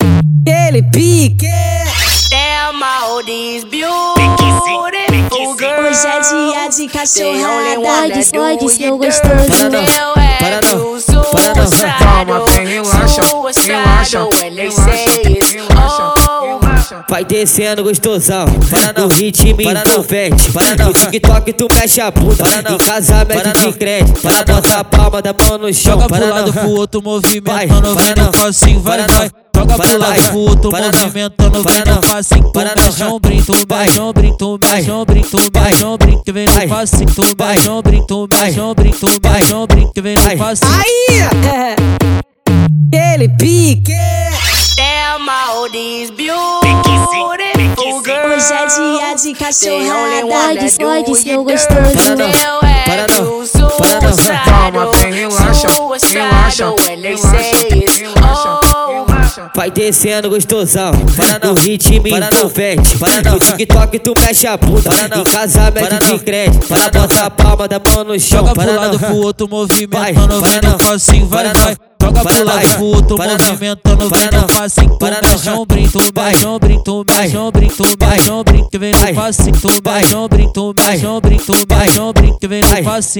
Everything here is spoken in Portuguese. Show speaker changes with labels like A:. A: Aquele pique.
B: Thelma, all these beautiful girls.
C: Hoje é dia de
B: They only
C: cachorrada.
B: wanna
C: Pode,
B: do
C: pode,
B: you
C: seu
B: dirty.
C: gostoso.
B: Meu
D: para
B: é do
D: não, para não.
B: suicide,
D: Calma, vem, relaxa,
B: suicide
D: relaxa,
B: when they
D: relaxa,
B: say it's oh.
D: relaxa,
B: over.
A: Vai descendo gostosão, para não, o ritmo
D: para não,
A: envolvente,
D: para não.
A: no TikTok tu mexe a bunda,
D: Para não,
A: em casamento
D: para não,
A: de crédito,
D: para
A: para
D: não.
A: bota a palma da mão no chão,
D: Joga
A: para
D: pro lado
A: não.
D: pro outro
A: Vai,
D: movimentando,
A: para
D: vem no
A: não.
D: facinho, vai,
A: Para não.
D: vai. Joga
A: Para
D: pro
A: não.
D: lado pro outro
A: Para não.
D: movimentando,
A: Para
D: vem
A: não.
D: no facinho. Tu
A: Para não.
D: mexão, brinco, tu
A: Vai.
D: mexão, brinco, tu
A: Vai.
D: mexão, brinco, tu
A: Vai.
D: mexão, brinco, que vem
A: Vai.
D: no facinho. Tu
A: Vai.
D: mexão, brinco, tu
A: Vai.
D: mexão, brinco, tu
A: Vai.
D: mexão, brinco, que vem
A: Vai.
D: no facinho.
A: Aquele pique.
B: Thelma, all these beautiful girls.
C: Hoje é dia de
B: They only
C: cachorrada.
B: wanna
C: Pode,
B: do
C: pode,
B: you
C: seu
B: dirty.
C: gostoso.
A: não,
B: Meu
A: para
B: é
A: não,
B: do
A: para não.
B: suicidal,
D: Calma, vem, relaxa, relaxa,
B: suicidal when they
D: relaxa,
B: say it's oh.
D: relaxa,
B: over.
A: Vai descendo gostosão,
D: Para
A: para não,
D: não.
A: o ritmo
D: Para não.
A: envolvente,
D: Para não.
A: no TikTok tu mexe a bunda,
D: Para não.
A: em casamento
D: Para não.
A: de crédito,
D: Para
A: para
D: não.
A: bota a palma da mão no chão,
D: Joga
A: para
D: pro lado
A: não.
D: pro outro
A: Vai,
D: movimentando,
A: para
D: vem no
A: não.
D: facinho, vai,
A: Para
D: vai.
A: não.
D: Joga
A: Para
D: pro lado
A: não.
D: pro outro
A: Para não.
D: movimentando,
A: Para
D: vem no
A: não.
D: facinho. Tu
A: Para não.
D: mexão, brinco, tu
A: Vai.
D: mexão, brinco, tu
A: Vai.
D: mexão, brinco, tu
A: Vai.
D: mexão, brinco, que vem
A: Vai.
D: no facinho. Tu
A: Vai.
D: mexão, brinco, tu
A: Vai.
D: mexão, brinco, tu
A: Vai.
D: mexão, brinco, que vem
A: Vai.
D: no facinho.